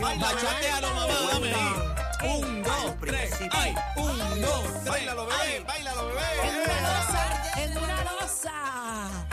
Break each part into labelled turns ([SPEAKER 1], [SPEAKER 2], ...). [SPEAKER 1] Baila, bachatealo, mamá, dame ahí. Un, dos, tres, ay. Un, dos, tres,
[SPEAKER 2] Báilalo, bebé,
[SPEAKER 1] ay.
[SPEAKER 2] báilalo, bebé.
[SPEAKER 3] En una losa, en una losa.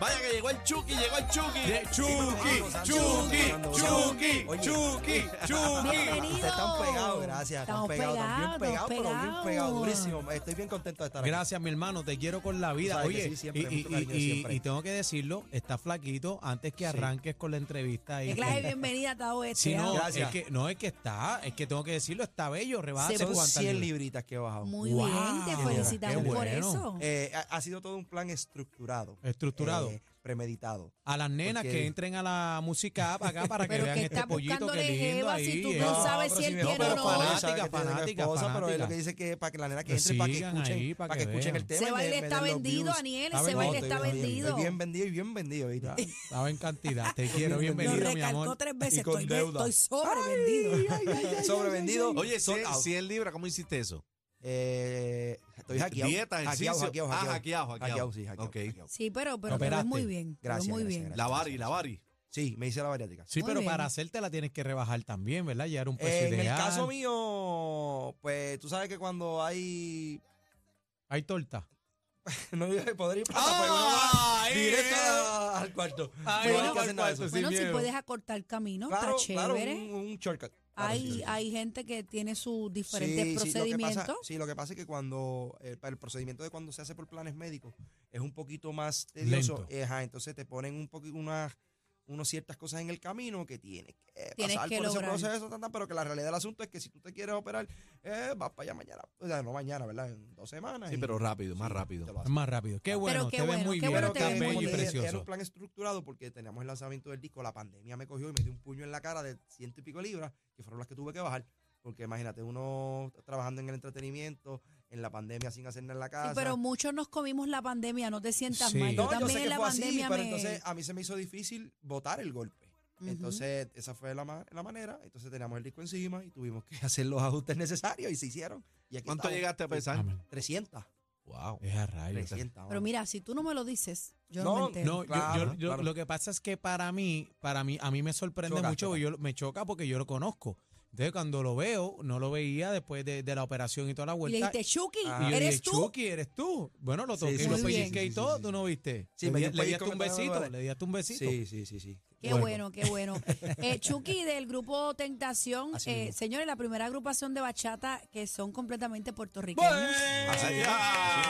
[SPEAKER 2] Vaya que llegó el Chucky, llegó el Chucky.
[SPEAKER 1] De Chucky, Chucky, Chucky, Chucky, Chucky.
[SPEAKER 3] Bienvenido.
[SPEAKER 4] Ustedes están pegados, gracias.
[SPEAKER 3] Estamos
[SPEAKER 4] Están pegados, están bien
[SPEAKER 3] pegados,
[SPEAKER 4] pegados, pero bien
[SPEAKER 3] pegados.
[SPEAKER 4] pegados, durísimo. Estoy bien contento de estar aquí.
[SPEAKER 1] Gracias, mi hermano, te quiero con la vida.
[SPEAKER 4] Tú sabes que
[SPEAKER 1] Oye,
[SPEAKER 4] sí, siempre,
[SPEAKER 1] y- y,
[SPEAKER 4] mucho cariño
[SPEAKER 1] y- y-
[SPEAKER 4] siempre.
[SPEAKER 1] y tengo que decirlo, está flaquito antes que arranques con la entrevista. y-
[SPEAKER 3] Qué clase de bienvenida te ha dado este.
[SPEAKER 1] Sí, no,
[SPEAKER 3] ¿ah?
[SPEAKER 1] es
[SPEAKER 4] Gracias.
[SPEAKER 1] que, no, es que está, es que tengo que decirlo, está bello, rebasa
[SPEAKER 3] Se
[SPEAKER 4] Son
[SPEAKER 1] cuántas
[SPEAKER 4] 100
[SPEAKER 1] libras.
[SPEAKER 4] libritas que he bajado.
[SPEAKER 3] Muy
[SPEAKER 1] Wow.
[SPEAKER 3] bien, te felicitamos
[SPEAKER 1] Qué
[SPEAKER 3] por
[SPEAKER 1] bueno.
[SPEAKER 3] eso.
[SPEAKER 4] Eh, ha, ha sido todo un plan estructurado.
[SPEAKER 1] Estructurado.
[SPEAKER 4] eh, premeditado.
[SPEAKER 1] A las nenas
[SPEAKER 4] Porque-
[SPEAKER 1] que entren a la música app acá para que
[SPEAKER 3] Pero
[SPEAKER 1] vean
[SPEAKER 3] que
[SPEAKER 1] este
[SPEAKER 3] está
[SPEAKER 1] pollito que
[SPEAKER 3] buscándole
[SPEAKER 1] lindo
[SPEAKER 3] jeva
[SPEAKER 1] ahí.
[SPEAKER 3] si tú
[SPEAKER 1] eh.
[SPEAKER 3] no sabes
[SPEAKER 4] pero
[SPEAKER 3] si él
[SPEAKER 4] me-
[SPEAKER 3] tiene
[SPEAKER 4] pero
[SPEAKER 3] o no.
[SPEAKER 4] fanática,
[SPEAKER 1] Sabe que tiene una
[SPEAKER 4] fanática,
[SPEAKER 1] esposa, pero
[SPEAKER 4] fanática. Pero
[SPEAKER 1] es
[SPEAKER 4] es lo que dice que para que la nena que entre,
[SPEAKER 1] Que
[SPEAKER 4] para que
[SPEAKER 1] sigan
[SPEAKER 4] escuchen,
[SPEAKER 1] ahí, para
[SPEAKER 4] para,
[SPEAKER 1] que
[SPEAKER 4] que escuchen
[SPEAKER 1] vean.
[SPEAKER 4] el tema.
[SPEAKER 3] Ese
[SPEAKER 4] y
[SPEAKER 3] baile
[SPEAKER 4] me- me
[SPEAKER 3] está
[SPEAKER 4] den los
[SPEAKER 3] vendido,
[SPEAKER 4] views.
[SPEAKER 3] Aniel,
[SPEAKER 1] Ah,
[SPEAKER 3] ese
[SPEAKER 1] bueno,
[SPEAKER 3] baile
[SPEAKER 4] estoy
[SPEAKER 3] está
[SPEAKER 4] bien, estoy
[SPEAKER 3] vendido.
[SPEAKER 4] Bien vendido y bien vendido ahorita.
[SPEAKER 1] Estaba en cantidad, te quiero,
[SPEAKER 3] Lo
[SPEAKER 1] bienvenido, mi
[SPEAKER 3] recalcó
[SPEAKER 1] amor.
[SPEAKER 3] tres veces,
[SPEAKER 4] Y con
[SPEAKER 3] estoy,
[SPEAKER 4] deuda.
[SPEAKER 3] estoy sobrevendido.
[SPEAKER 4] Sobrevendido.
[SPEAKER 2] Oye,
[SPEAKER 4] sold
[SPEAKER 2] 100,
[SPEAKER 4] out.
[SPEAKER 2] 100 libras, ¿cómo hiciste eso?
[SPEAKER 4] Eh, estoy hackeado.
[SPEAKER 2] Dieta,
[SPEAKER 4] hackeado,
[SPEAKER 2] ejercicio.
[SPEAKER 4] hackeado,
[SPEAKER 2] Ah,
[SPEAKER 4] hackeado.
[SPEAKER 2] hackeado, hackeado.
[SPEAKER 4] sí, hackeado.
[SPEAKER 2] Ok.
[SPEAKER 4] hackeado.
[SPEAKER 3] Sí, pero, pero
[SPEAKER 1] Lo
[SPEAKER 3] te ves
[SPEAKER 1] operaste.
[SPEAKER 3] muy bien. te ves
[SPEAKER 4] Gracias,
[SPEAKER 3] muy
[SPEAKER 4] gracias,
[SPEAKER 3] bien.
[SPEAKER 4] gracias.
[SPEAKER 2] La bari, la bari.
[SPEAKER 4] Sí, me hice la bariátrica.
[SPEAKER 1] Sí,
[SPEAKER 3] Muy
[SPEAKER 1] pero
[SPEAKER 3] bien.
[SPEAKER 1] para hacértela tienes que rebajar también, ¿verdad? Llegar a un precio
[SPEAKER 4] Eh, en el
[SPEAKER 1] ideal.
[SPEAKER 4] caso mío, pues tú sabes que cuando hay.
[SPEAKER 1] Hay torta.
[SPEAKER 4] No poder ir plata,
[SPEAKER 2] Ah,
[SPEAKER 4] pues uno va
[SPEAKER 2] ahí
[SPEAKER 4] directo
[SPEAKER 2] es.
[SPEAKER 4] a- al cuarto.
[SPEAKER 3] es,
[SPEAKER 4] no pues, hay
[SPEAKER 1] Ahí
[SPEAKER 4] que
[SPEAKER 3] al
[SPEAKER 4] hacer nada de eso.
[SPEAKER 1] cuarto, sí.
[SPEAKER 3] Bueno, si
[SPEAKER 1] miedo.
[SPEAKER 3] puedes acortar el camino,
[SPEAKER 4] Claro,
[SPEAKER 3] está
[SPEAKER 4] claro, un,
[SPEAKER 3] chévere.
[SPEAKER 4] un shortcut. Claro, sí,
[SPEAKER 3] hay,
[SPEAKER 4] sí.
[SPEAKER 3] hay gente que tiene sus
[SPEAKER 4] Sí,
[SPEAKER 3] diferentes
[SPEAKER 4] sí, lo que pasa-
[SPEAKER 3] procedimientos.
[SPEAKER 4] Sí, lo que pasa es que cuando eh, para el procedimiento de cuando se hace por planes médicos es un poquito más tedioso.
[SPEAKER 1] Lento.
[SPEAKER 4] Ajá, entonces te ponen un poquito unas unas ciertas cosas en el camino que tienes que
[SPEAKER 3] Tienes
[SPEAKER 4] pasar
[SPEAKER 3] que
[SPEAKER 4] por
[SPEAKER 3] lograr.
[SPEAKER 4] ese proceso, tan, tan, pero que la realidad del asunto es que si tú te quieres operar, eh, vas para allá mañana, o sea, no mañana, ¿verdad? En dos semanas.
[SPEAKER 2] Sí,
[SPEAKER 4] y-
[SPEAKER 2] pero rápido, más
[SPEAKER 4] sí,
[SPEAKER 2] rápido.
[SPEAKER 4] te lo hacen.
[SPEAKER 1] Es más rápido. Qué
[SPEAKER 4] Pero
[SPEAKER 1] bueno,
[SPEAKER 3] qué
[SPEAKER 1] te ves
[SPEAKER 3] bueno,
[SPEAKER 1] muy
[SPEAKER 3] qué
[SPEAKER 1] bien,
[SPEAKER 3] bueno
[SPEAKER 4] Pero
[SPEAKER 3] te
[SPEAKER 4] que
[SPEAKER 1] estás
[SPEAKER 3] ves
[SPEAKER 1] bello
[SPEAKER 4] como
[SPEAKER 1] y
[SPEAKER 3] muy
[SPEAKER 4] te dije, era
[SPEAKER 1] precioso.
[SPEAKER 4] un plan estructurado porque teníamos el lanzamiento del disco, la pandemia me cogió y metí un puño en la cara de ciento y pico libras, que fueron las que tuve que bajar. Porque imagínate, uno trabajando en el entretenimiento, en la pandemia sin hacer nada en la
[SPEAKER 3] Sí,
[SPEAKER 4] casa.
[SPEAKER 3] pero muchos nos comimos la pandemia, no te sientas
[SPEAKER 1] Sí.
[SPEAKER 3] mal. Yo
[SPEAKER 1] No, yo
[SPEAKER 4] sé
[SPEAKER 3] también
[SPEAKER 4] que
[SPEAKER 3] en la
[SPEAKER 4] fue
[SPEAKER 3] pandemia
[SPEAKER 4] pero
[SPEAKER 3] me-
[SPEAKER 4] entonces a mí se me hizo difícil votar el golpe.
[SPEAKER 3] Ujú.
[SPEAKER 4] Entonces, esa fue la, ma- la manera. Entonces teníamos el disco encima y tuvimos que hacer los ajustes necesarios y se hicieron. Y aquí
[SPEAKER 2] ¿Cuánto
[SPEAKER 4] estamos.
[SPEAKER 2] llegaste a pesar?
[SPEAKER 1] Amén.
[SPEAKER 4] 300.
[SPEAKER 2] Wow.
[SPEAKER 1] Es a rayos.
[SPEAKER 4] 300.
[SPEAKER 3] Pero
[SPEAKER 4] mano.
[SPEAKER 3] mira, si tú no me lo dices, yo no,
[SPEAKER 4] No,
[SPEAKER 3] me entero.
[SPEAKER 1] No, yo-
[SPEAKER 4] Claro,
[SPEAKER 1] yo, yo-
[SPEAKER 4] claro.
[SPEAKER 1] lo que pasa es que para mí, para mí, a mí me sorprende
[SPEAKER 4] Choca,
[SPEAKER 1] mucho,
[SPEAKER 4] choca.
[SPEAKER 1] yo, me choca porque yo lo conozco. Entonces cuando lo veo, no lo veía después de, de la operación y toda
[SPEAKER 3] y
[SPEAKER 1] la
[SPEAKER 3] le
[SPEAKER 1] vuelta.
[SPEAKER 3] dijiste, Chucky,
[SPEAKER 4] Ah.
[SPEAKER 1] y yo
[SPEAKER 3] ¿eres
[SPEAKER 1] dije,
[SPEAKER 3] tú?
[SPEAKER 1] Chucky, eres tú. Bueno, lo
[SPEAKER 4] Sí,
[SPEAKER 1] toqué,
[SPEAKER 4] sí,
[SPEAKER 1] lo
[SPEAKER 3] sí,
[SPEAKER 1] pellizqué
[SPEAKER 3] sí,
[SPEAKER 1] y
[SPEAKER 4] sí,
[SPEAKER 1] todo,
[SPEAKER 4] sí,
[SPEAKER 1] tú
[SPEAKER 4] sí.
[SPEAKER 1] no viste.
[SPEAKER 4] Sí,
[SPEAKER 1] le,
[SPEAKER 4] me dio
[SPEAKER 1] di-
[SPEAKER 4] un
[SPEAKER 1] le diste
[SPEAKER 4] pellizco
[SPEAKER 1] un
[SPEAKER 4] que todavía me
[SPEAKER 1] besito,
[SPEAKER 4] duele.
[SPEAKER 1] le diste un besito.
[SPEAKER 4] Sí, sí, sí, sí.
[SPEAKER 3] Qué
[SPEAKER 1] Bueno.
[SPEAKER 3] bueno, qué bueno. Eh, Chucky del grupo Tentación,
[SPEAKER 4] Así
[SPEAKER 3] eh,
[SPEAKER 4] mismo.
[SPEAKER 3] señores, la primera agrupación de bachata que son completamente puertorriqueños.
[SPEAKER 1] Pues,
[SPEAKER 4] Así
[SPEAKER 2] Así
[SPEAKER 4] es.
[SPEAKER 2] es.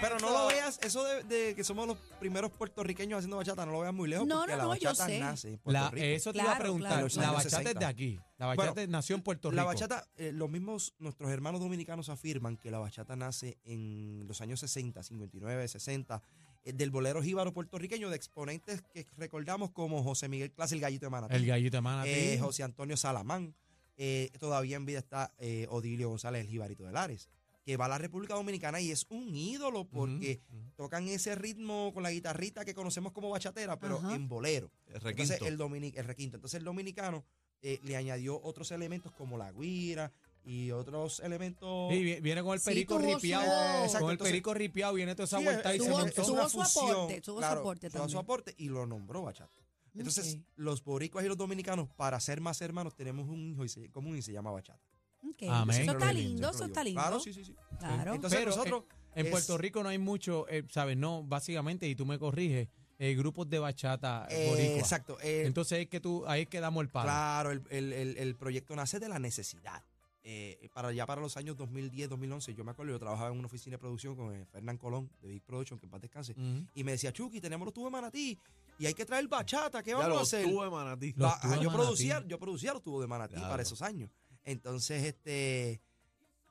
[SPEAKER 4] Pero no lo veas, eso de, de que somos los primeros puertorriqueños haciendo bachata, no lo veas muy lejos
[SPEAKER 3] No,
[SPEAKER 4] porque
[SPEAKER 3] no,
[SPEAKER 4] la
[SPEAKER 3] no, yo
[SPEAKER 4] bachata
[SPEAKER 3] sé.
[SPEAKER 4] nace en Puerto
[SPEAKER 1] La-
[SPEAKER 4] Rico.
[SPEAKER 1] eso te iba a
[SPEAKER 3] Claro,
[SPEAKER 1] preguntar.
[SPEAKER 3] claro.
[SPEAKER 4] Los
[SPEAKER 1] La
[SPEAKER 4] años
[SPEAKER 1] bachata es de
[SPEAKER 4] 60.
[SPEAKER 1] aquí. La bachata
[SPEAKER 4] Bueno,
[SPEAKER 1] nació en Puerto Rico.
[SPEAKER 4] la bachata, eh, los mismos, nuestros hermanos dominicanos afirman que la bachata nace en los años 60, 59, 60, eh, del bolero jíbaro puertorriqueño de exponentes que recordamos como José Miguel Clase, el gallito de Manatí,
[SPEAKER 1] El gallito de Manatí.
[SPEAKER 4] eh, José Antonio Salamán, eh, todavía en vida está eh, Odilio González, el jibarito de Lares, que va a la República Dominicana y es un ídolo
[SPEAKER 1] Ujú,
[SPEAKER 4] porque...
[SPEAKER 1] ujú.
[SPEAKER 4] tocan ese ritmo con la guitarrita que conocemos como bachatera, pero
[SPEAKER 3] Ajá.
[SPEAKER 4] en bolero.
[SPEAKER 2] Requinto.
[SPEAKER 4] Entonces, el, domini- el requinto. Entonces, el dominicano eh, le añadió otros elementos como la guira y otros elementos.
[SPEAKER 1] Sí, vi- viene con el
[SPEAKER 3] Sí,
[SPEAKER 1] perico
[SPEAKER 3] tuvo su-
[SPEAKER 1] ripiado.
[SPEAKER 4] Exacto,
[SPEAKER 1] con el
[SPEAKER 4] entonces-
[SPEAKER 1] perico ripiado viene toda esa
[SPEAKER 4] Sí,
[SPEAKER 1] vuelta y
[SPEAKER 4] eh,
[SPEAKER 1] se
[SPEAKER 3] tuvo-
[SPEAKER 1] montó.
[SPEAKER 3] tuvo
[SPEAKER 4] una
[SPEAKER 3] su aporte, tuvo su aporte
[SPEAKER 4] tuvo su
[SPEAKER 3] también.
[SPEAKER 4] aporte y lo nombró bachata. Entonces,
[SPEAKER 3] Ok,
[SPEAKER 4] los boricuas y los dominicanos, para ser más hermanos, tenemos un hijo y se- común y se llama bachata.
[SPEAKER 3] ok.
[SPEAKER 1] Amén.
[SPEAKER 3] Eso
[SPEAKER 4] Siempre lo
[SPEAKER 3] está lindo,
[SPEAKER 4] he dicho, siempre
[SPEAKER 3] eso
[SPEAKER 4] lo
[SPEAKER 3] está
[SPEAKER 4] digo.
[SPEAKER 3] lindo.
[SPEAKER 4] Claro, sí, sí, sí.
[SPEAKER 3] Claro.
[SPEAKER 4] Entonces,
[SPEAKER 1] Pero,
[SPEAKER 4] nosotros.
[SPEAKER 1] En
[SPEAKER 4] es-
[SPEAKER 1] Puerto Rico no hay mucho, eh, ¿sabes? No, básicamente, y tú me corriges, eh, grupos de bachata
[SPEAKER 4] eh,
[SPEAKER 1] boricua.
[SPEAKER 4] exacto. eh,
[SPEAKER 1] Entonces ahí es que tú, ahí es que damos el palo.
[SPEAKER 4] Claro, el, el- el- el proyecto nace de la necesidad. Eh, para allá para los años 2010, 2011, yo me acuerdo, yo trabajaba en una oficina de producción con eh, Fernán Colón de Big Production, que en paz descanse,
[SPEAKER 1] Ujú.
[SPEAKER 4] y me decía, Chucky, tenemos los tubos de manatí y hay que traer bachata, ¿qué
[SPEAKER 2] Ya
[SPEAKER 4] vamos a
[SPEAKER 2] lo
[SPEAKER 4] hacer?
[SPEAKER 2] tuve, manatí.
[SPEAKER 1] Los
[SPEAKER 4] Ah,
[SPEAKER 1] tubos de
[SPEAKER 4] yo,
[SPEAKER 1] manatí.
[SPEAKER 4] producía, yo producía los tubos de manatí
[SPEAKER 2] Claro.
[SPEAKER 4] para esos años. Entonces, este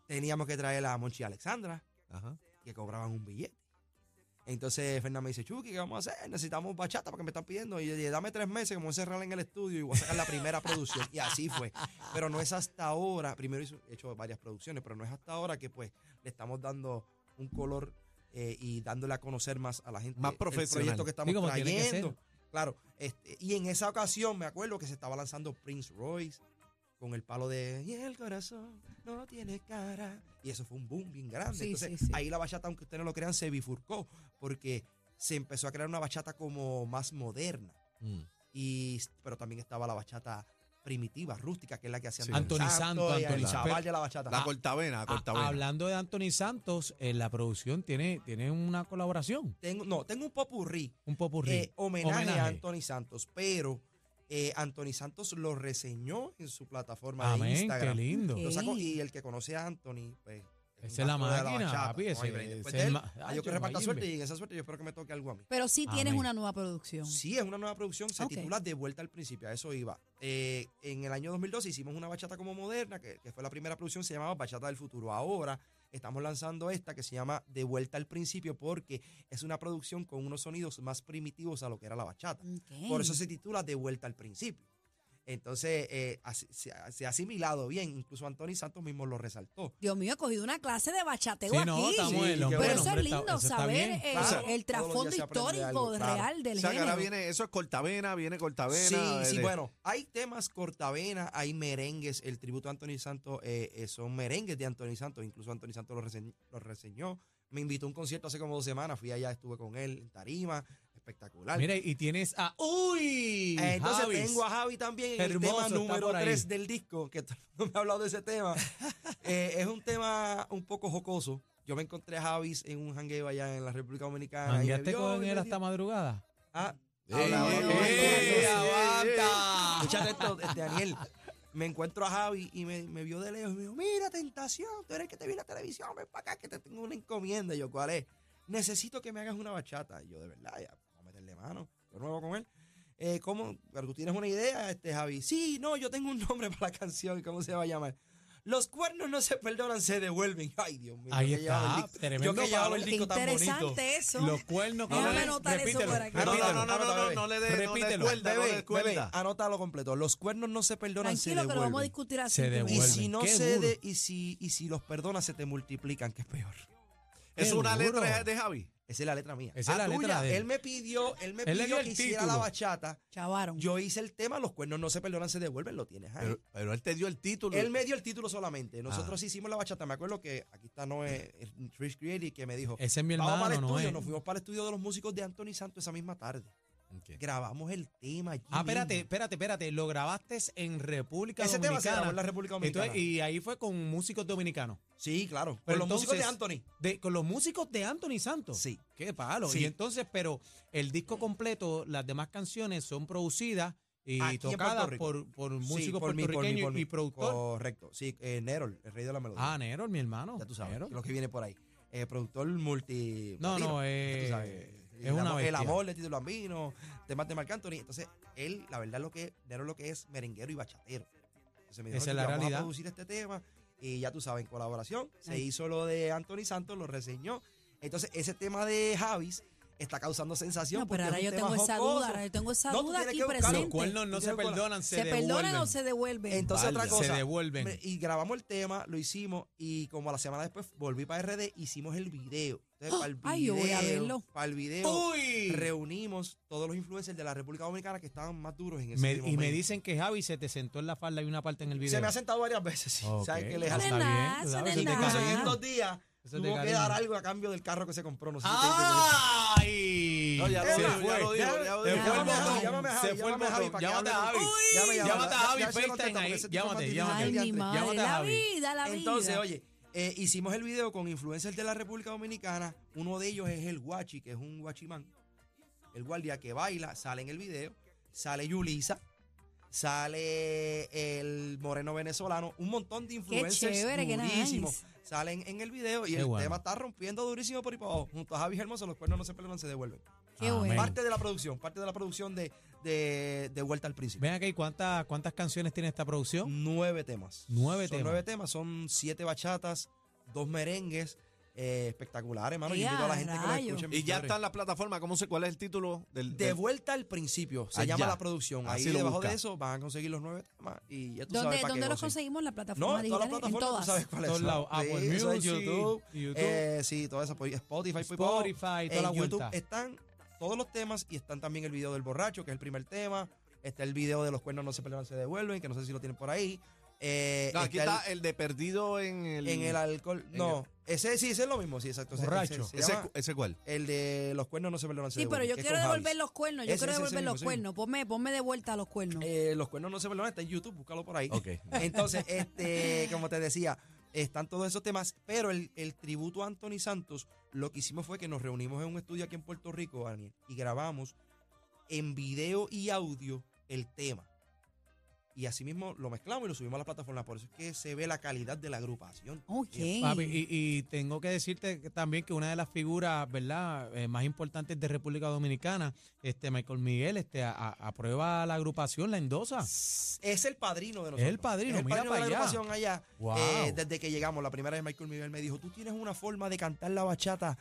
[SPEAKER 4] teníamos que traer a Monchi y Alexandra,
[SPEAKER 2] Ajá.
[SPEAKER 4] que cobraban un billete. Entonces Fernán me dice, Chucky, ¿qué vamos a hacer? Necesitamos bachata porque me están pidiendo. Y yo dije, dame tres meses que me voy a encerrar en el estudio y voy a sacar la primera producción. Y así fue. Pero no es hasta ahora, primero hizo- he hecho varias producciones, pero no es hasta ahora que pues le estamos dando un color eh, y dándole a conocer más a la gente.
[SPEAKER 2] Más
[SPEAKER 4] El
[SPEAKER 2] profesional.
[SPEAKER 4] proyecto que estamos
[SPEAKER 1] Sí, como tiene que
[SPEAKER 4] trayendo. Claro. este, y en esa ocasión me acuerdo que se estaba lanzando Prince Royce con el palo de y el corazón no tiene cara y eso fue un boom bien grande
[SPEAKER 3] Sí,
[SPEAKER 4] entonces
[SPEAKER 3] sí, sí.
[SPEAKER 4] ahí la bachata aunque ustedes no lo crean se bifurcó porque se empezó a crear una bachata como más moderna
[SPEAKER 2] Mm.
[SPEAKER 4] y pero también estaba la bachata primitiva, rústica, que es la que hacían
[SPEAKER 2] Sí.
[SPEAKER 4] Anthony
[SPEAKER 1] Anthony Santos,
[SPEAKER 4] y el
[SPEAKER 1] Anthony
[SPEAKER 4] chaval
[SPEAKER 1] Santos.
[SPEAKER 4] de la bachata.
[SPEAKER 2] La
[SPEAKER 4] Ah,
[SPEAKER 2] cortavena, la
[SPEAKER 1] Ah,
[SPEAKER 2] cortavena.
[SPEAKER 1] hablando de Anthony Santos, eh, la producción tiene, tiene una colaboración,
[SPEAKER 4] tengo, no, tengo un popurrí,
[SPEAKER 1] un popurrí.
[SPEAKER 4] eh, homenaje, a
[SPEAKER 1] Homenaje.
[SPEAKER 4] Anthony Santos, pero eh, Anthony Santos lo reseñó en su plataforma de
[SPEAKER 1] Amén, qué
[SPEAKER 4] Instagram.
[SPEAKER 1] lindo.
[SPEAKER 3] Qué
[SPEAKER 4] Lo sacó,
[SPEAKER 3] Sí.
[SPEAKER 4] y el que conoce a Anthony, pues.
[SPEAKER 1] Esa es la
[SPEAKER 4] un astro de
[SPEAKER 1] máquina,
[SPEAKER 4] bachata,
[SPEAKER 1] papi,
[SPEAKER 4] no
[SPEAKER 1] ese-
[SPEAKER 4] hay break. Después
[SPEAKER 1] ese
[SPEAKER 4] de
[SPEAKER 1] es
[SPEAKER 4] él,
[SPEAKER 1] ma-
[SPEAKER 4] hay yo que
[SPEAKER 1] Ay,
[SPEAKER 4] reparta
[SPEAKER 1] Mayimbe.
[SPEAKER 4] suerte y en esa suerte yo espero que me toque algo a mí.
[SPEAKER 3] Pero sí tienes
[SPEAKER 1] Amén.
[SPEAKER 3] una nueva producción.
[SPEAKER 4] Sí, es una nueva producción, se
[SPEAKER 3] Ok.
[SPEAKER 4] titula De vuelta al principio, a eso iba. Eh, en el año 2012 hicimos una bachata como moderna, que, que fue la primera producción, se llamaba Bachata del Futuro. Ahora estamos lanzando esta que se llama De vuelta al principio porque es una producción con unos sonidos más primitivos a lo que era la bachata.
[SPEAKER 3] Ok.
[SPEAKER 4] Por eso se titula De vuelta al principio. Entonces, eh, así- se, ha- se ha asimilado bien, incluso Anthony Santos mismo lo resaltó.
[SPEAKER 3] Dios mío, he cogido una clase de bachateo
[SPEAKER 1] Sí,
[SPEAKER 3] aquí.
[SPEAKER 1] no, estamos
[SPEAKER 4] Sí,
[SPEAKER 1] en lo
[SPEAKER 4] qué
[SPEAKER 3] Pero
[SPEAKER 4] bueno,
[SPEAKER 3] eso
[SPEAKER 1] hombre,
[SPEAKER 3] es
[SPEAKER 1] está-
[SPEAKER 3] lindo,
[SPEAKER 1] eso está
[SPEAKER 3] saber
[SPEAKER 1] bien.
[SPEAKER 3] eh,
[SPEAKER 4] Claro, todos los
[SPEAKER 3] el trasfondo
[SPEAKER 4] días se aprende
[SPEAKER 3] histórico
[SPEAKER 4] algo, claro.
[SPEAKER 3] real del
[SPEAKER 2] o sea, que ahora
[SPEAKER 3] género.
[SPEAKER 2] viene, eso es cortavena, viene cortavena. este.
[SPEAKER 4] Sí,
[SPEAKER 2] de-
[SPEAKER 4] sí,
[SPEAKER 2] de-
[SPEAKER 4] bueno, hay temas cortavena, hay merengues, el tributo a Anthony Santos eh, eh, son merengues de Anthony Santos, incluso Anthony Santos los reseñ- los reseñó, me invitó a un concierto hace como dos semanas, fui allá, estuve con él en tarima, espectacular.
[SPEAKER 1] Mira, y tienes a. ¡Uy!
[SPEAKER 4] Eh, Entonces
[SPEAKER 1] Javis.
[SPEAKER 4] tengo a Javi también en el
[SPEAKER 1] Hermoso,
[SPEAKER 4] tema
[SPEAKER 1] está
[SPEAKER 4] número
[SPEAKER 1] por ahí.
[SPEAKER 4] 3 del disco, que todo el mundo me ha hablado de ese tema. Eh, es un tema un poco jocoso. Yo me encontré a Javis en un jangueo allá en la República Dominicana. y me
[SPEAKER 1] ¿Jangueaste
[SPEAKER 4] vio y
[SPEAKER 1] con
[SPEAKER 4] me
[SPEAKER 1] él
[SPEAKER 4] dijo,
[SPEAKER 1] hasta madrugada? ¡Eh,
[SPEAKER 4] ah, eh,
[SPEAKER 2] Ey,
[SPEAKER 4] habla, habla,
[SPEAKER 2] ey,
[SPEAKER 4] habla,
[SPEAKER 2] ey,
[SPEAKER 4] habla.
[SPEAKER 2] ey,
[SPEAKER 4] Escucha esto, este, Daniel. Me encuentro a Javi y me, me vio de lejos y me dijo, mira, tentación, tú eres el que te vi en la televisión, ven para acá que te tengo una encomienda. Y yo, ¿cuál es? Necesito que me hagas una bachata. Y yo, de verdad, ya, vamos a meterle mano. Yo nuevo con él. Eh, ¿Cómo? Pero tú tienes una idea, este Javi. Sí, no, yo tengo un nombre para la canción, ¿cómo se va a llamar? Los cuernos no se perdonan, se devuelven. Ay, Dios mío.
[SPEAKER 1] Ahí
[SPEAKER 4] yo que llevaba
[SPEAKER 1] está,
[SPEAKER 4] el disco-
[SPEAKER 1] tremendo
[SPEAKER 4] Yo que llevaba el
[SPEAKER 1] palo.
[SPEAKER 3] Qué
[SPEAKER 4] disco tan bonito.
[SPEAKER 3] interesante eso.
[SPEAKER 1] Los cuernos que
[SPEAKER 3] Déjame
[SPEAKER 1] no le-
[SPEAKER 3] anotar eso
[SPEAKER 1] repítelo,
[SPEAKER 3] por aquí.
[SPEAKER 2] No, no,
[SPEAKER 1] repítelo.
[SPEAKER 2] no, no, no, no, no le des no le des
[SPEAKER 1] Repítelo.
[SPEAKER 2] cuerda, no le des
[SPEAKER 4] Bebé, bebé,
[SPEAKER 2] cuerda.
[SPEAKER 4] anótalo completo. Los cuernos no se perdonan,
[SPEAKER 3] Tranquilo que lo
[SPEAKER 4] se
[SPEAKER 3] vamos a
[SPEAKER 4] devuelven.
[SPEAKER 3] discutir así.
[SPEAKER 1] Se
[SPEAKER 3] primero.
[SPEAKER 4] Y
[SPEAKER 1] devuelven.
[SPEAKER 4] si no
[SPEAKER 1] Qué
[SPEAKER 4] se
[SPEAKER 1] duro.
[SPEAKER 4] de- y si y si los perdonas se te multiplican, que es peor.
[SPEAKER 2] Es una
[SPEAKER 1] Seguro.
[SPEAKER 2] letra de Javi.
[SPEAKER 4] Esa es la letra mía.
[SPEAKER 1] Esa es
[SPEAKER 4] Ah,
[SPEAKER 1] la letra
[SPEAKER 4] tuya.
[SPEAKER 1] de él.
[SPEAKER 4] Él me pidió, él me
[SPEAKER 1] Él le
[SPEAKER 4] pidió
[SPEAKER 1] dio
[SPEAKER 4] que
[SPEAKER 1] el
[SPEAKER 4] hiciera
[SPEAKER 1] título.
[SPEAKER 4] la bachata.
[SPEAKER 3] Chavaron.
[SPEAKER 4] Yo hice el tema, los cuernos no se perdonan, se devuelven, lo tienes ahí.
[SPEAKER 2] Pero, pero él te dio el título.
[SPEAKER 4] él me dio el título solamente.
[SPEAKER 1] Ah.
[SPEAKER 4] Nosotros hicimos la bachata. Me acuerdo que aquí está Noé, el Trish Creative, que me dijo,
[SPEAKER 1] Ese es mi
[SPEAKER 4] vamos para
[SPEAKER 1] hermano,
[SPEAKER 4] el
[SPEAKER 1] no
[SPEAKER 4] estudio.
[SPEAKER 1] es.
[SPEAKER 4] Nos fuimos para el estudio de los músicos de Anthony Santos esa misma tarde.
[SPEAKER 2] Ok.
[SPEAKER 4] Grabamos el tema allí
[SPEAKER 1] Ah, espérate,
[SPEAKER 4] mismo.
[SPEAKER 1] espérate, espérate. Lo grabaste en República
[SPEAKER 4] Ese tema se grabó en la
[SPEAKER 1] Dominicana.
[SPEAKER 4] República Dominicana.
[SPEAKER 1] Entonces, y ahí fue con músicos dominicanos.
[SPEAKER 4] Sí, claro. Con
[SPEAKER 1] Pero
[SPEAKER 4] los músicos de
[SPEAKER 1] entonces-
[SPEAKER 4] Anthony.
[SPEAKER 1] De, con los músicos de Anthony Santos.
[SPEAKER 4] Sí.
[SPEAKER 1] Qué palo.
[SPEAKER 4] Sí.
[SPEAKER 1] Y entonces, pero el disco completo, las demás canciones son producidas y
[SPEAKER 4] Aquí en Puerto
[SPEAKER 1] tocadas
[SPEAKER 4] Rico.
[SPEAKER 1] por, por
[SPEAKER 4] Sí,
[SPEAKER 1] músicos
[SPEAKER 4] por mí, por mí,
[SPEAKER 1] puertorriqueños
[SPEAKER 4] por mí.
[SPEAKER 1] y productor.
[SPEAKER 4] Correcto. Sí, eh, Nerol, el rey de la melodía.
[SPEAKER 1] ah, Nero, mi hermano.
[SPEAKER 4] ya tú sabes,
[SPEAKER 1] Nero.
[SPEAKER 4] lo que viene por ahí. Eh, productor multi.
[SPEAKER 1] No,
[SPEAKER 4] platino,
[SPEAKER 1] no,
[SPEAKER 4] ya
[SPEAKER 1] eh,
[SPEAKER 4] tú sabes.
[SPEAKER 1] es
[SPEAKER 4] El
[SPEAKER 1] una
[SPEAKER 4] amor- El
[SPEAKER 1] bestia.
[SPEAKER 4] amor de Tito Lambino, temas de Marc Anthony. Entonces, él, la verdad, lo que Nerol lo que es merenguero y bachatero. Entonces, me dijo,
[SPEAKER 1] Esa
[SPEAKER 4] "Oye,
[SPEAKER 1] es la
[SPEAKER 4] vamos
[SPEAKER 1] realidad.
[SPEAKER 4] a producir este tema. Y ya tú sabes, en colaboración, se
[SPEAKER 3] Ay.
[SPEAKER 4] hizo lo de Anthony Santos, lo reseñó. Entonces, ese tema de Javis está causando sensación.
[SPEAKER 3] No,
[SPEAKER 4] porque
[SPEAKER 3] pero
[SPEAKER 4] es
[SPEAKER 3] ahora
[SPEAKER 4] un
[SPEAKER 3] yo
[SPEAKER 4] tema
[SPEAKER 3] tengo esa duda,
[SPEAKER 4] jocoso.
[SPEAKER 3] ahora yo tengo esa
[SPEAKER 4] No, tú
[SPEAKER 3] duda
[SPEAKER 4] tienes
[SPEAKER 3] aquí
[SPEAKER 4] que buscarlo.
[SPEAKER 1] Los
[SPEAKER 4] Los
[SPEAKER 3] presente.
[SPEAKER 1] cuernos no
[SPEAKER 4] Tú
[SPEAKER 1] se
[SPEAKER 4] tienes cuernos.
[SPEAKER 1] perdonan, se,
[SPEAKER 3] ¿Se perdonan o
[SPEAKER 1] devuelven.
[SPEAKER 3] se devuelven?
[SPEAKER 4] Entonces, otra
[SPEAKER 1] Vale,
[SPEAKER 4] cosa.
[SPEAKER 1] Se devuelven.
[SPEAKER 4] Hombre, Y grabamos el tema, lo hicimos y como a la semana después volví para RD, hicimos el video. Entonces, para el video,
[SPEAKER 3] Ay, yo voy a verlo.
[SPEAKER 4] Para el video
[SPEAKER 1] ¡Uy!
[SPEAKER 4] reunimos todos los influencers de la República Dominicana que estaban más duros en ese
[SPEAKER 1] Me- y
[SPEAKER 4] momento.
[SPEAKER 1] me dicen que Javi se te sentó en la falda y una parte en el video.
[SPEAKER 4] Se me ha sentado varias veces. sí.
[SPEAKER 1] Ok, Ah,
[SPEAKER 4] ¿Sabes qué les
[SPEAKER 1] está
[SPEAKER 3] hace?
[SPEAKER 4] hace?
[SPEAKER 1] bien,
[SPEAKER 3] Nada,
[SPEAKER 1] tú
[SPEAKER 3] eso no es
[SPEAKER 1] sabes, eso es de
[SPEAKER 4] Incluso en
[SPEAKER 1] cariño.
[SPEAKER 4] estos días
[SPEAKER 1] Eso es de
[SPEAKER 4] tuvo que
[SPEAKER 1] cariño.
[SPEAKER 4] dar algo a cambio del carro que se compró. No sé si te diste cuenta.
[SPEAKER 1] ¡Ay!
[SPEAKER 2] No, ya lo
[SPEAKER 1] se
[SPEAKER 2] dijo,
[SPEAKER 1] fue.
[SPEAKER 2] ya lo dijo, ya lo dijo.
[SPEAKER 1] Se fue el
[SPEAKER 3] Llámame a Javi,
[SPEAKER 1] botón.
[SPEAKER 4] llámame a Javi,
[SPEAKER 1] Se fue el
[SPEAKER 4] llámame a Javi
[SPEAKER 1] botón.
[SPEAKER 4] para que
[SPEAKER 1] Llámate a
[SPEAKER 4] hable
[SPEAKER 1] Javi.
[SPEAKER 4] con- Llama, llama,
[SPEAKER 1] Llámate a
[SPEAKER 4] ya- ya se
[SPEAKER 1] Javi,
[SPEAKER 4] lo
[SPEAKER 1] FaceTime
[SPEAKER 4] contesta,
[SPEAKER 1] ahí.
[SPEAKER 4] porque ese tipo es
[SPEAKER 1] Llámate,
[SPEAKER 4] más
[SPEAKER 1] llámate.
[SPEAKER 4] inteligente.
[SPEAKER 3] Ay, mi
[SPEAKER 1] Llámate
[SPEAKER 3] madre,
[SPEAKER 1] a
[SPEAKER 3] la
[SPEAKER 1] Javi.
[SPEAKER 3] vida, la vida.
[SPEAKER 4] Entonces, oye, eh, hicimos el video con influencers de la República Dominicana. Uno de ellos es el guachi, que es un guachimán. El guardia que baila, sale en el video. Sale Yulisa. Sale el moreno venezolano. Un montón de influencers
[SPEAKER 3] chévere, qué
[SPEAKER 4] durísimos
[SPEAKER 3] nice.
[SPEAKER 4] salen en el video y
[SPEAKER 1] Qué
[SPEAKER 4] el
[SPEAKER 1] bueno.
[SPEAKER 4] tema está rompiendo durísimo por ahí para abajo. Junto a Javi Hermoso, los cuernos no se perdonan, se devuelven.
[SPEAKER 3] Qué
[SPEAKER 1] Amén.
[SPEAKER 3] bueno.
[SPEAKER 4] Parte de la producción, parte de la producción de, de, de Vuelta al Príncipe.
[SPEAKER 1] Ven acá, ¿y cuántas, cuántas canciones tiene esta producción?
[SPEAKER 4] Nueve temas.
[SPEAKER 1] Nueve
[SPEAKER 4] son
[SPEAKER 1] temas.
[SPEAKER 4] Nueve temas, son siete bachatas, dos merengues, eh, espectaculares, hermano. Yo
[SPEAKER 3] ¡Ea,
[SPEAKER 4] invito a la gente que lo
[SPEAKER 3] rayo!
[SPEAKER 4] escuche. en
[SPEAKER 2] Y ya
[SPEAKER 4] mis
[SPEAKER 2] está en la plataforma. ¿Cómo sé cuál es el título del,
[SPEAKER 4] redes. De
[SPEAKER 2] del-
[SPEAKER 4] vuelta al principio, se
[SPEAKER 2] Allá.
[SPEAKER 4] llama la producción. Ahí
[SPEAKER 2] Así lo
[SPEAKER 4] debajo
[SPEAKER 2] busca.
[SPEAKER 4] de eso van a conseguir los nueve temas y ya tú
[SPEAKER 3] ¿Dónde,
[SPEAKER 4] sabes para
[SPEAKER 3] dónde
[SPEAKER 4] qué
[SPEAKER 3] los
[SPEAKER 4] gocen.
[SPEAKER 3] conseguimos? ¿La
[SPEAKER 4] No,
[SPEAKER 3] plataforma
[SPEAKER 4] en
[SPEAKER 3] digital?
[SPEAKER 4] todas las plataformas tú sabes cuáles
[SPEAKER 1] Todos
[SPEAKER 4] son.
[SPEAKER 1] lados. Apple
[SPEAKER 4] Sí, eso es
[SPEAKER 1] Music,
[SPEAKER 4] YouTube,
[SPEAKER 1] YouTube,
[SPEAKER 4] eh, sí, todas esas, pues, Spotify, pues, pues,
[SPEAKER 1] Spotify, toda
[SPEAKER 4] en
[SPEAKER 1] la
[SPEAKER 4] YouTube
[SPEAKER 1] vuelta.
[SPEAKER 4] están todos los temas y están también el video del borracho, que es el primer tema. Está el video de los cuernos no se pelean, se devuelven, que no sé si lo tienen por ahí. Eh,
[SPEAKER 2] No, aquí
[SPEAKER 4] está el-
[SPEAKER 2] está el de perdido en el.
[SPEAKER 4] en el alcohol.
[SPEAKER 2] en
[SPEAKER 4] no, ese sí, ese es lo mismo, sí, exacto. ese-
[SPEAKER 1] Borracho.
[SPEAKER 4] ese- se
[SPEAKER 2] ¿Ese,
[SPEAKER 4] llama
[SPEAKER 2] ese cuál?
[SPEAKER 4] el de los cuernos no se perdonan. se
[SPEAKER 3] Sí, pero
[SPEAKER 4] devuelven,
[SPEAKER 3] yo
[SPEAKER 4] que es
[SPEAKER 3] quiero
[SPEAKER 4] con
[SPEAKER 3] devolver
[SPEAKER 4] Javis.
[SPEAKER 3] los cuernos. Yo
[SPEAKER 4] Ese,
[SPEAKER 3] quiero
[SPEAKER 4] ese, ese
[SPEAKER 3] devolver
[SPEAKER 4] mismo,
[SPEAKER 3] los
[SPEAKER 4] sí.
[SPEAKER 3] cuernos. Ponme, ponme de vuelta los cuernos.
[SPEAKER 4] Eh, los cuernos no se perdonan, está en YouTube, búscalo por ahí.
[SPEAKER 2] Ok.
[SPEAKER 4] Entonces, este, como te decía, están todos esos temas, pero el, el tributo a Anthony Santos, lo que hicimos fue que nos reunimos en un estudio aquí en Puerto Rico, Daniel, y grabamos en video y audio el tema. Y así mismo lo mezclamos y lo subimos a la plataforma. Por eso es que se ve la calidad de la agrupación.
[SPEAKER 3] ok.
[SPEAKER 1] Papi, y, y tengo que decirte que también que una de las figuras, ¿verdad?, eh, más importantes de República Dominicana, este Michael Miguel, este a- a- aprueba la agrupación, la endosa.
[SPEAKER 4] Es el padrino de nosotros.
[SPEAKER 1] Es el padrino,
[SPEAKER 4] Es el
[SPEAKER 1] mira
[SPEAKER 4] padrino de
[SPEAKER 1] para
[SPEAKER 4] la
[SPEAKER 1] allá.
[SPEAKER 4] agrupación allá.
[SPEAKER 1] Wow.
[SPEAKER 4] Eh, desde que llegamos, la primera vez Michael Miguel me dijo, tú tienes una forma de cantar la bachata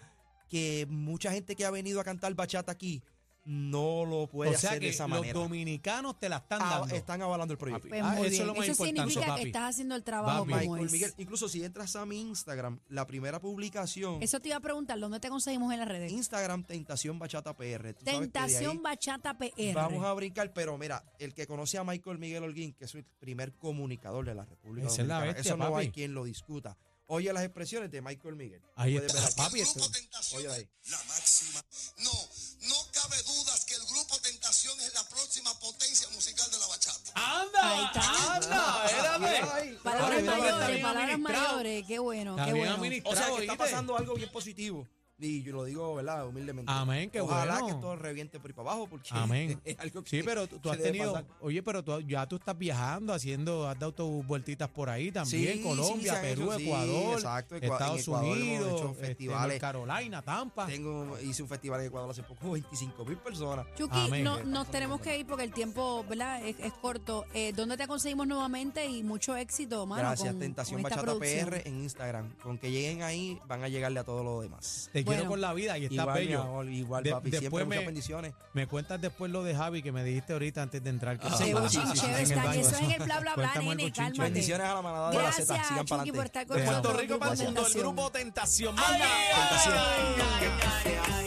[SPEAKER 4] que mucha gente que ha venido a cantar bachata aquí no lo puede
[SPEAKER 1] o sea
[SPEAKER 4] hacer
[SPEAKER 1] que
[SPEAKER 4] de esa
[SPEAKER 1] los
[SPEAKER 4] manera.
[SPEAKER 1] dominicanos te la están
[SPEAKER 4] Ah,
[SPEAKER 1] dando.
[SPEAKER 4] están avalando el proyecto.
[SPEAKER 1] Papi,
[SPEAKER 3] Pues
[SPEAKER 1] ah,
[SPEAKER 3] muy
[SPEAKER 1] eso es lo
[SPEAKER 3] bien.
[SPEAKER 1] más
[SPEAKER 3] Eso
[SPEAKER 1] importante,
[SPEAKER 3] significa
[SPEAKER 1] papi.
[SPEAKER 3] que estás haciendo el trabajo
[SPEAKER 1] Papi.
[SPEAKER 3] como
[SPEAKER 4] Michael
[SPEAKER 3] es.
[SPEAKER 4] Miguel, incluso si entras a mi Instagram, la primera publicación,
[SPEAKER 3] Eso te iba a preguntar, ¿dónde te conseguimos en las redes?
[SPEAKER 4] Instagram Tentación Bachata PR. Tú sabes que de ahí
[SPEAKER 3] Tentación Bachata PR.
[SPEAKER 4] Vamos a brincar, pero mira, el que conoce a Michael Miguel Holguín, que es el primer comunicador de la República
[SPEAKER 1] Esa es la
[SPEAKER 4] Dominicana,
[SPEAKER 1] bestia,
[SPEAKER 4] eso no
[SPEAKER 1] papi.
[SPEAKER 4] hay quien lo discuta. Oye las expresiones de Michael Miguel.
[SPEAKER 1] Ahí
[SPEAKER 4] Puedes
[SPEAKER 1] está,
[SPEAKER 4] ver aquí.
[SPEAKER 1] papi,
[SPEAKER 5] Grupo
[SPEAKER 1] eso-
[SPEAKER 5] Tentación
[SPEAKER 4] Oye
[SPEAKER 5] es
[SPEAKER 4] ahí.
[SPEAKER 5] la máxima. No, no cabe dudas que el Grupo Tentación es la próxima potencia musical de la bachata.
[SPEAKER 1] ¡Anda!
[SPEAKER 3] Ahí está.
[SPEAKER 1] ¡Anda!
[SPEAKER 4] Ay,
[SPEAKER 1] ¡Espérate! Ahora
[SPEAKER 3] Palabras
[SPEAKER 1] mismo está
[SPEAKER 3] mayores,
[SPEAKER 1] bien
[SPEAKER 3] palabras
[SPEAKER 1] administrado.
[SPEAKER 3] mayores. Qué bueno,
[SPEAKER 1] Está
[SPEAKER 3] qué
[SPEAKER 1] bien
[SPEAKER 3] bueno.
[SPEAKER 1] administrado.
[SPEAKER 4] O sea, que está
[SPEAKER 1] ¿oíste?
[SPEAKER 4] pasando algo bien positivo. Y yo lo digo, ¿verdad? Humildemente.
[SPEAKER 1] Amén, qué
[SPEAKER 4] Ojalá
[SPEAKER 1] bueno.
[SPEAKER 4] que todo reviente por ahí para abajo, porque
[SPEAKER 1] Amén.
[SPEAKER 4] es algo que
[SPEAKER 1] Sí, pero tú, tú
[SPEAKER 4] se
[SPEAKER 1] has
[SPEAKER 4] debe
[SPEAKER 1] tenido,
[SPEAKER 4] pasar.
[SPEAKER 1] oye, pero tú, ya tú estás viajando, haciendo, has dado tus vueltitas por ahí también,
[SPEAKER 4] Sí,
[SPEAKER 1] Colombia,
[SPEAKER 4] sí, se han
[SPEAKER 1] Perú,
[SPEAKER 4] hecho, sí,
[SPEAKER 1] Ecuador,
[SPEAKER 4] exacto, Ecua- en
[SPEAKER 1] Estados
[SPEAKER 4] Ecuador hemos
[SPEAKER 1] Unidos,
[SPEAKER 4] hecho
[SPEAKER 1] este,
[SPEAKER 4] festivales.
[SPEAKER 1] North Carolina, Tampa.
[SPEAKER 4] Tengo, hice un festival en Ecuador hace poco, 25 mil personas.
[SPEAKER 3] Chucky,
[SPEAKER 1] Amén.
[SPEAKER 3] no- nos tenemos que ir porque el tiempo ¿verdad? Es, es corto. Eh, ¿Dónde te conseguimos nuevamente? Y mucho éxito, mano.
[SPEAKER 4] Gracias,
[SPEAKER 3] con-
[SPEAKER 4] Tentación
[SPEAKER 3] con esta
[SPEAKER 4] Bachata
[SPEAKER 3] producción.
[SPEAKER 4] PR en Instagram. Con que lleguen ahí, van a llegarle a todo lo demás.
[SPEAKER 1] Te quiero
[SPEAKER 3] Bueno.
[SPEAKER 1] con la vida y estás
[SPEAKER 4] igual, mi
[SPEAKER 1] bello.
[SPEAKER 4] amor, igual,
[SPEAKER 1] De-
[SPEAKER 4] papi. Siempre
[SPEAKER 1] después
[SPEAKER 4] muchas
[SPEAKER 1] me-
[SPEAKER 4] bendiciones.
[SPEAKER 1] Me cuentas después lo de Javi que me dijiste ahorita antes de entrar. Que
[SPEAKER 4] Ah,
[SPEAKER 1] se
[SPEAKER 3] Según
[SPEAKER 1] pasa
[SPEAKER 4] sí, sí,
[SPEAKER 3] Chincheo
[SPEAKER 4] sí, sí,
[SPEAKER 1] en el
[SPEAKER 3] está,
[SPEAKER 4] sí,
[SPEAKER 1] baño.
[SPEAKER 3] eso es en el bla bla bla,
[SPEAKER 1] Cuéntame el
[SPEAKER 3] nene,
[SPEAKER 1] bochinche.
[SPEAKER 3] cálmate.
[SPEAKER 4] Bendiciones a la manada de la Z.
[SPEAKER 3] Gracias,
[SPEAKER 4] Sigan para
[SPEAKER 3] Chucky, por
[SPEAKER 4] adelante.
[SPEAKER 3] estar con
[SPEAKER 1] Puerto
[SPEAKER 3] nosotros.
[SPEAKER 2] Puerto Rico para el mundo, el
[SPEAKER 3] Tentación.
[SPEAKER 2] grupo Tentación.
[SPEAKER 3] Anda.
[SPEAKER 2] Tentación.